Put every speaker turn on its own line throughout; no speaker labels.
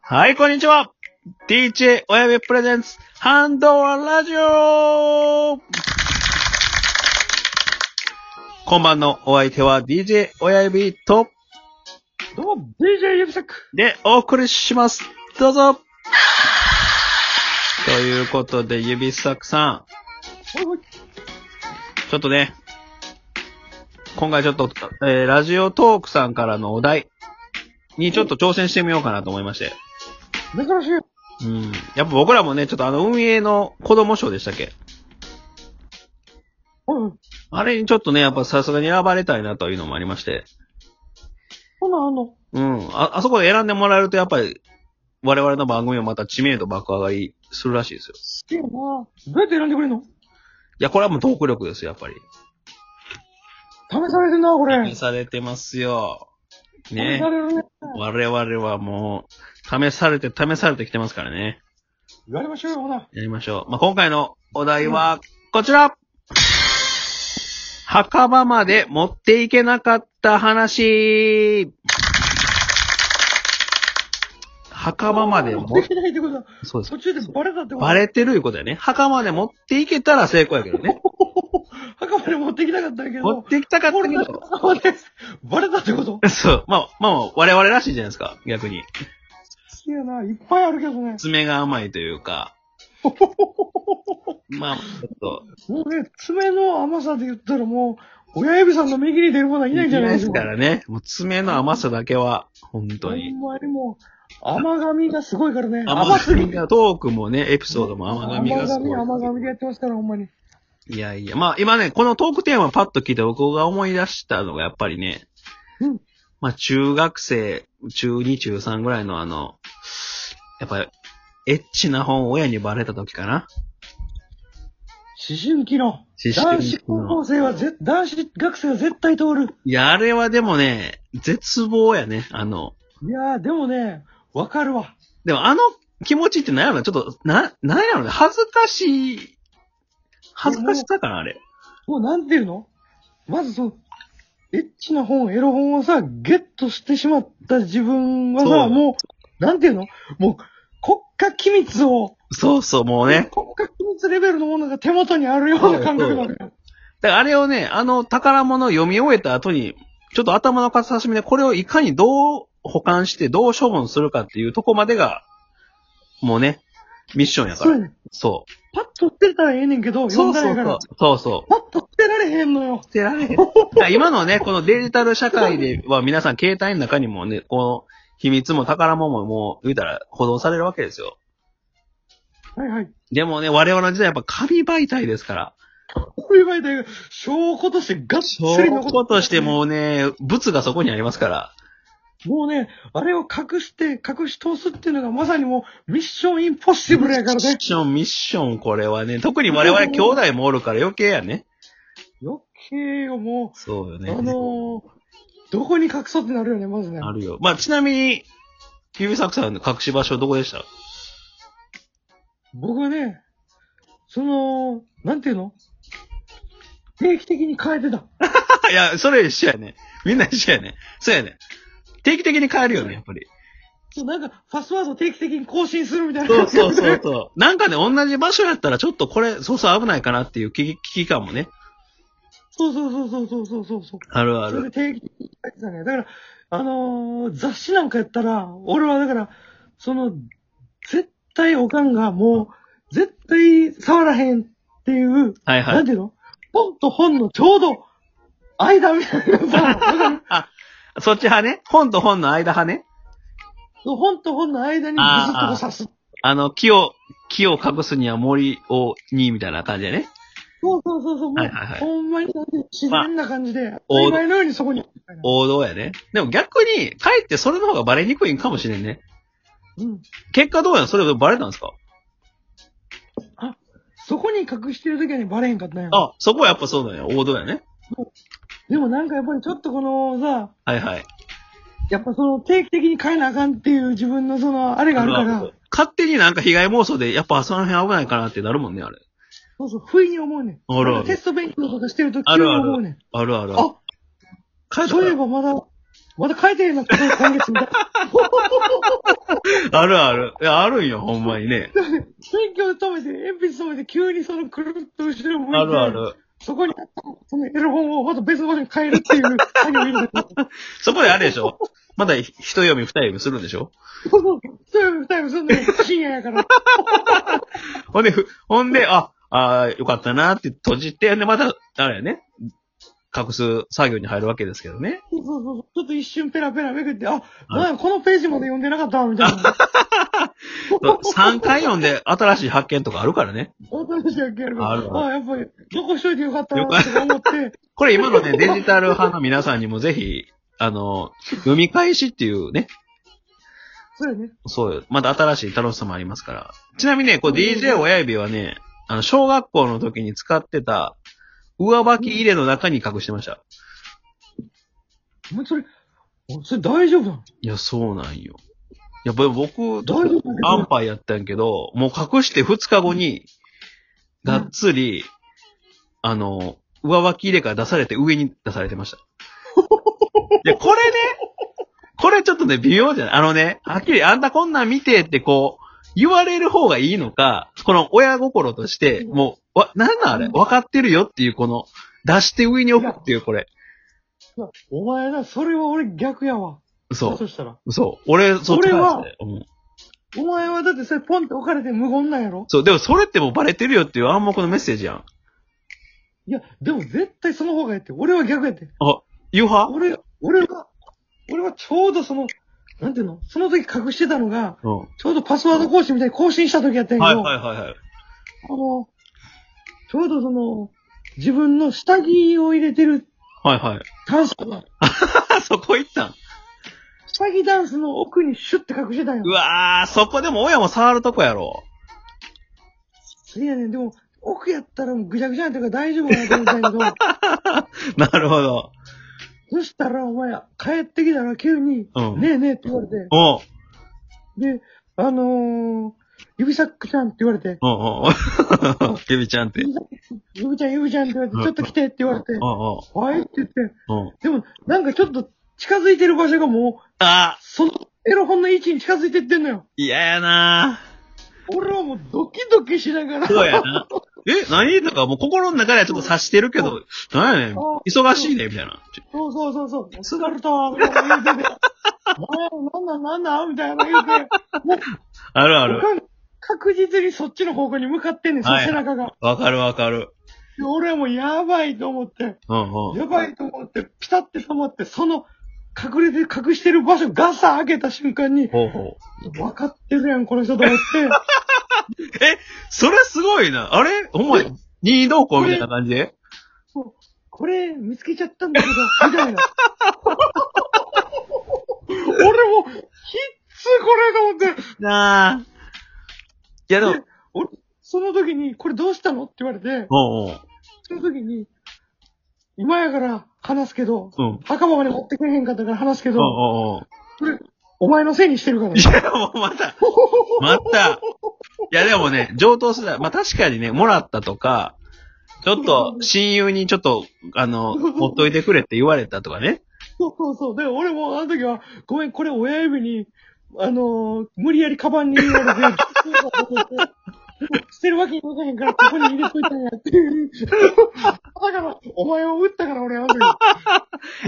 はい、こんにちは !DJ 親指プレゼンツ、ハンドワンラジオこんばんのお相手は DJ 親指と、
どうも、DJ 指サック。
でお送りします。どうぞということで、指サクさ
はいはい
ん、ちょっとね、今回ちょっと、えーラジオトークさんからのお題にちょっと挑戦してみようかなと思いまして。
珍しい。
うん。やっぱ僕らもね、ちょっとあの運営の子供賞でしたっけ
うんうん。
あれにちょっとね、やっぱさすがに選ばれたいなというのもありまして。
そんなんあんの。
うん。あ、あそこで選んでもらえるとやっぱり、我々の番組はまた知名度爆上がりするらしいですよ。
すげえなどうやって選んでくれんの
いや、これはもうトーク力ですよ、やっぱり。
試されてんな、これ。
試されてますよ。
試
ね
さ。れるね。
我々はもう、試されて、試されてきてますからね。
やりましょうよ、ほな。
やりましょう。まあ、今回のお題は、こちら墓場まで持っていけなかった話墓場まで
も。
も
で、きないってことは、
そうです。
途中でバレたってこと
バレてるいうことやね。墓まで持っていけたら成功やけどね。
墓まで持ってきたかったけ
持っ
ど。
てきたかった
俺
け
の
ど。
墓までバレたってこと
そう。まあ、まあ、我々らしいじゃないですか。逆に。
すげえな。いっぱいあるけどね。
爪が甘いというか。まあ、ちょっ
もうね、爪の甘さで言ったらもう、親指さんの右に出るものはい
と。
ないんじゃないです
い
か。
からね。もう爪の甘さだけは、本当に。
ほんまにもう、甘髪がすごいからね。
甘
すぎ
神
て。
が、トークもね、エピソードも甘神がすごい。
甘神、甘神でやってますから、ほんまに。
いやいや、まあ今ね、このトークテーマパッと聞いて僕が思い出したのがやっぱりね、
うん
まあ中学生、中2、中3ぐらいのあの、やっぱり、エッチな本を親にバレた時かな
思春期の。
思春
男
期
子
の
高校生はぜ、男子学生は絶対通る。
いや、あれはでもね、絶望やね、あの、
いやー、でもね、わかるわ。
でもあの気持ちって何やろなちょっと、な、何やろね恥ずかしい、恥ずかしさかなあれ。
もうなんていうのまずその、エッチな本、エロ本をさ、ゲットしてしまった自分は
そう
さ、もう、なんていうのもう、国家機密を、
そうそう、もうね。
国家機密レベルのものが手元にあるような感覚だから。
だからあれをね、あの宝物を読み終えた後に、ちょっと頭の片隅でこれをいかにどう保管してどう処分するかっていうとこまでが、もうね、ミッションやか
そう
ら。
やね。
そう。
パッと捨てたらええねんけど、
そ
読ん
うそう
だらええから。
そう。そう そう。
パッと捨てられへんのよ。
捨てられへん。だから今のね、このデジタル社会では皆さん携帯の中にもね、この秘密も宝物ももう言うたら保存されるわけですよ。
はいはい。
でもね、我々の時代やっぱ紙媒体ですから。
こういう場合で、証拠としてガッツ
そう
リ
い
残
う
って
ことしてもうね、物がそこにありますから。
もうね、あれを隠して、隠し通すっていうのがまさにもう、ミッションインポッシブルやから
ミ
ね
ッ。ション、ミッション、これはね。特に我々兄弟もおるから余計やね。
余計よ、も
そうよ
う、
ね。
あのー、どこに隠そうってなるよね、まずね。
あるよ。まあ、ちなみに、指作さんの隠し場所どこでした
僕はね、その、なんていうの定期的に変えてた。
あいや、それ一緒やね。みんな一緒やね。そうやね。定期的に変えるよね、やっぱり。
そうなんか、パスワード定期的に更新するみたいな。
そうそうそうそう。 なんかね、同じ場所やったらちょっとこれ、そうそう危ないかなっていう危機危機感もね。
そうそうそうそうそうそうそう。
あるあ
それで
る。
定期的に書いてたね。だから、あのー雑誌なんかやったら、俺はだから、その、絶対おかんがもう、絶対触らへんっていう、
はいは
ないん。ていうの本と本のちょうど、間みたいなさ わかる、
そっち派ね本と本の間派ね
本と本の間にブスッとこう刺す。
あの、木を、木を隠すには森を、に、みたいな感じでね。
そうそうそうそう、もう、
はいはいはい
ほんまになんていうの自然な感じで、
お
当たり前のようにそこに。
王道やね。でも逆に、かえってそれの方がバレにくいんかもしれんね。
うん。
結果どうやんそれがバレたんですか
そこに隠してる時はね、バレへんかったんよ。
あ、そこはやっぱそうだよ。王道やね。
でもなんかやっぱりちょっとこのさ、
はいはい。
やっぱその定期的に変えなあかんっていう自分のその、あれがあるから、
勝手になんか被害妄想で、やっぱその辺危ないかなってなるもんね、あれ。
そうそう、不意に思うねん。
あるある
なんかテスト勉強とかしてると
あ
急に
るある
思うねん。
あるある。
あ、
変えた
そういえ
ら
ばまだまだ書いてへんのか、今月みたい な。
あるある。いや、あるんよ、ほんまにね。
勉強止めて、鉛筆止めて、急にそのくるっと後ろ向いて、
あるある。
そこにあった、そのエロ本をまた別の場所に変えるっていう作業を入れてくる。
そこであれでしょまだ一読み二読みするんでしょ
そうそう。そういう二人もそんな深夜やから。
ほんで、ふほんで、あ、あーよかったなって閉じて、で、また、あれやね、隠す作業に入るわけですけどね。
そうそうそう。ちょっと一瞬ペラペラめくって、あ、なんやこのページまで読んでなかったみたい な。
3回読んで新しい発見とかあるからね。
私はける
ある
あ、やっぱり、残しといてよかったなって思って、
これ今の ね、デジタル派の皆さんにもぜひ、あの、読み返しっていうね、
そうやね。
そうよ。また新しい楽しさもありますから。ちなみにね、こう DJ 親指はね、あの、小学校の時に使ってた、上履き入れの中に隠してました。
お前それ、それ大丈夫なの
いや、そうなんよ。やっぱり僕、
大丈夫
安牌やったんやけど、もう隠して2日後に、がっつり、あの、上脇入れから出されて上に出されてました。いや、これね、これちょっとね、微妙じゃないあのね、はっきりあんたこんなん見てってこう、言われる方がいいのか、この親心として、もう、わ、なんなんあれ分かってるよっていうこの、出して上に置くっていうこれ。
お前な、それは俺逆やわ。
嘘、
そしたら。
嘘。俺、そっち
俺は
返してうん
お前はだってそれポンって置かれて無言なんやろ
そう、でもそれってもうバレてるよっていう暗黙のメッセージやん。
いや、でも絶対その方がええって。俺は逆やって。
言う派
俺、俺は、俺はちょうどその、なんていうのその時隠してたのが、
うん。
ちょうどパスワード更新みたいに更新した時やったんや
は
け
い
ど、
はいはいはい。
あの、ちょうどその、自分の下着を入れてる
はいはい。
ダンスが、
あ、そこ行ったん
下着ダンスの奥にシュッて隠してたんや
う。わー、そこでも親も触るとこやろ。
それやねん、でも、奥やったらもうぐちゃぐちゃになってるから大丈夫かなと思ったんやけど、
なるほど。
そしたらお前、帰ってきたら急に、
うん
ねえねえって言われて、
おう、
で、あのー、指サックちゃんって言われて、
おうお うおう。ケビちゃんって。
指ちゃん指ちゃんって言われて、
うん
ちょっと来てって言われて、
おう
はいって言って、
おうおう。
でも、なんかちょっと近づいてる場所がもう、
あ
そのエロ本の位置に近づいてってんのよ。
ー、嫌やな
俺はもうドキドキしなが ら。
ー。そうやな。え、何とか、もう心の中ではちょっと察してるけど、なんやねん。忙しいね、みたいな。
そうそうそうそう。すがると、みたいな言うてて。なんなんなんなんみたいな言うて。
あるあ
お
る。
かん確実にそっちの方向に向かってんねん、その
はい
背中が。
わかるわかる。
で俺はもうやばいと思って、
うんうん。
やばいと思って、ピタって止まって、その、隠れて、隠してる場所ガサ開けた瞬間に、
ほうほう。
分かってるやん、この人と思 って。
それすごいな。あれほんま、任意同行みたいな感じで
これ、見つけちゃったんだけど、みた いな。俺も、ひっつこれと思って、
なあ。いやでも、
俺、その時に、これどうしたのって言われて、
おうおう。
その時に、今やから話すけど、
うん。
墓場まで持ってくれへんかったから話すけ
おう
ど、
おうおう。
これ、お前のせいにしてるから
い。や、もうまた、また。いや、でもね、上等世代。まあ、確かにね、もらったとか、ちょっと、親友にちょっと、あの、ほっといてくれって言われたとかね。
そうそうそう。で、俺もあの時は、ごめん、これ親指に、あのー無理やりカバンに入れられて、捨てるわけにいかへんから、ここに入れといたんやっていう。だから、お前を撃ったから俺、あの時。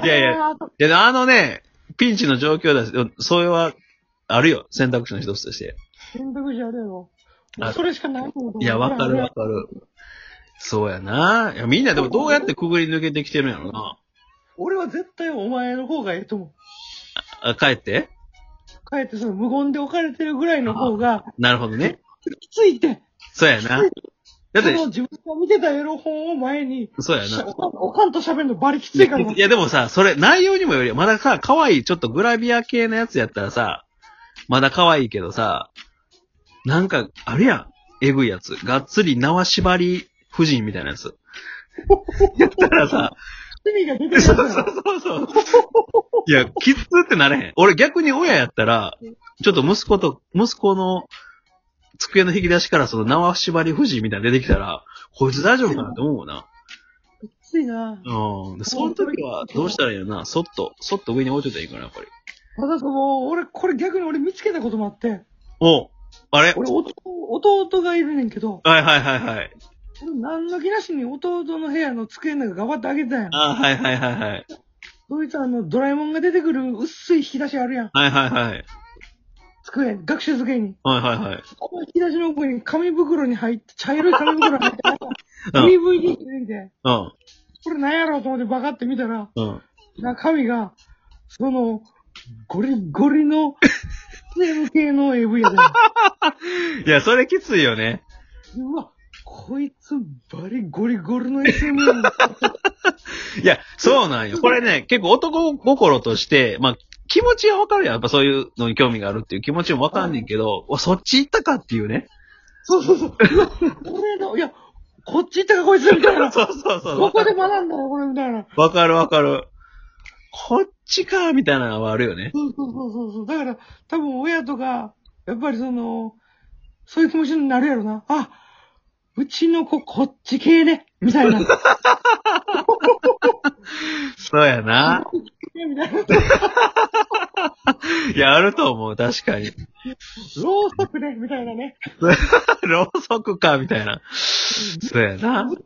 いやいや
あー。
いや、あのね、ピンチの状況だし、それは、あるよ。選択肢の一つとして。
全じゃねえよ。
あ
もうそれしかないと思う。
いや、わかるわかる。そうやな。いや、みんなでもどうやってくぐり抜けてきてるんやろな。
俺は絶対お前の方がええと思う。
あ、帰って
かえってその無言で置かれてるぐらいの方が、
なるほどね。
きついって、
そうやな。だ
そ
って、
の自分が見てたエロ本を前に、
そうやな。
おかんおかんと喋るのバリきついから。
いやでもさ、それ内容にもより、まださ、可愛いちょっとグラビア系のやつやったらさ、まだ可愛いけどさ、なんか、あるやん。えぐいやつ。がっつり縄縛り夫人みたいなやつ。やったら さ、
罪が出てる
そ
や
う
つ
そう
やろ
そうそう。いや、きつってなれへん。俺逆に親やったら、ちょっと息子と、息子の机の引き出しからその縄縛り夫人みたいなの出てきたら、こいつ大丈夫かなって思うもんな。
きついな。
うん。でその時は、どうしたらいいのかなそっと、そっと上に置いといたらいいんかな、やっぱり。
まさかもう、俺、これ逆に俺見つけたこともあって。
おうあれ
俺、弟、弟がいるねんけど、
はいはいはいはい。
俺何の気なしに弟の部屋の机の中頑張ってあげてたやん。
あはいはいはいはい。
そいつあの、ドラえもんが出てくる薄い引き出しあるやん。
はいはいはい。
机、学習机に。
はいはいはい。
この引き出しの奥に紙袋に入って、茶色い紙袋に入って、
うん
DVD 出てきて、
うん。
これ何やろうと思ってバカって見たら、
うん。
中身が、その、ゴリゴリの、ゲーム系の AV やで。
いや、それきついよね。
うわ、こいつ、バリゴリゴリの SM やな。
いや、そうなんよ。これね、結構男心として、まあ、気持ちはわかるやん。やっぱそういうのに興味があるっていう気持ちもわかんねんけど、わそっち行ったかっていうね。
そうそうそう。うわ俺の、いや、こっち行ったかこいつみた
そ
い
う
な。
そうそうそ
ど
う。
こで学んだよ、これみたいな。
わかるわかる。こっちか、みたいなのはあるよね。
そうそうそうそうそう。だから、多分親とか、やっぱりその、そういう気持ちになるやろな。あ、うちの子こっち系ね、みたいな。
そうやな。
みたいな。
いや、あると思う。確かに。
ろうそくね、みたいなね。
ろうそくか、みたいな。そうやな。
み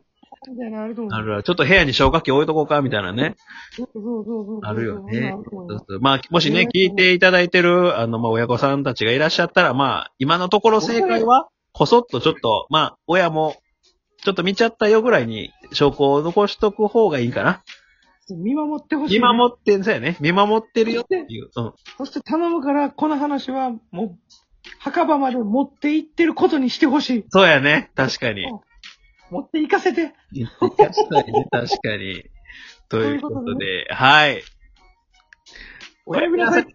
たいなのあると思う。
あるある。ちょっと部屋に消火器置いとこうか、みたいなね。
そうそうそうそう。
あるよね
あると思う
そうそうまあ、もしね、聞いていただいてる、あの、まあ、親御さんたちがいらっしゃったら、まあ、今のところ正解は、こそっとちょっと、まあ、親も、ちょっと見ちゃったよぐらいに、証拠を残しとく方がいいかな。
見守ってほしい、
見守ってんそうやね。見守ってるよっていう。うん。
そして頼むから、この話は、もう、墓場まで持って行ってることにしてほしい。
そうやね。確かに。
持って行かせて。
確かにね、確かに。ということで、はい。
おやすみなさい。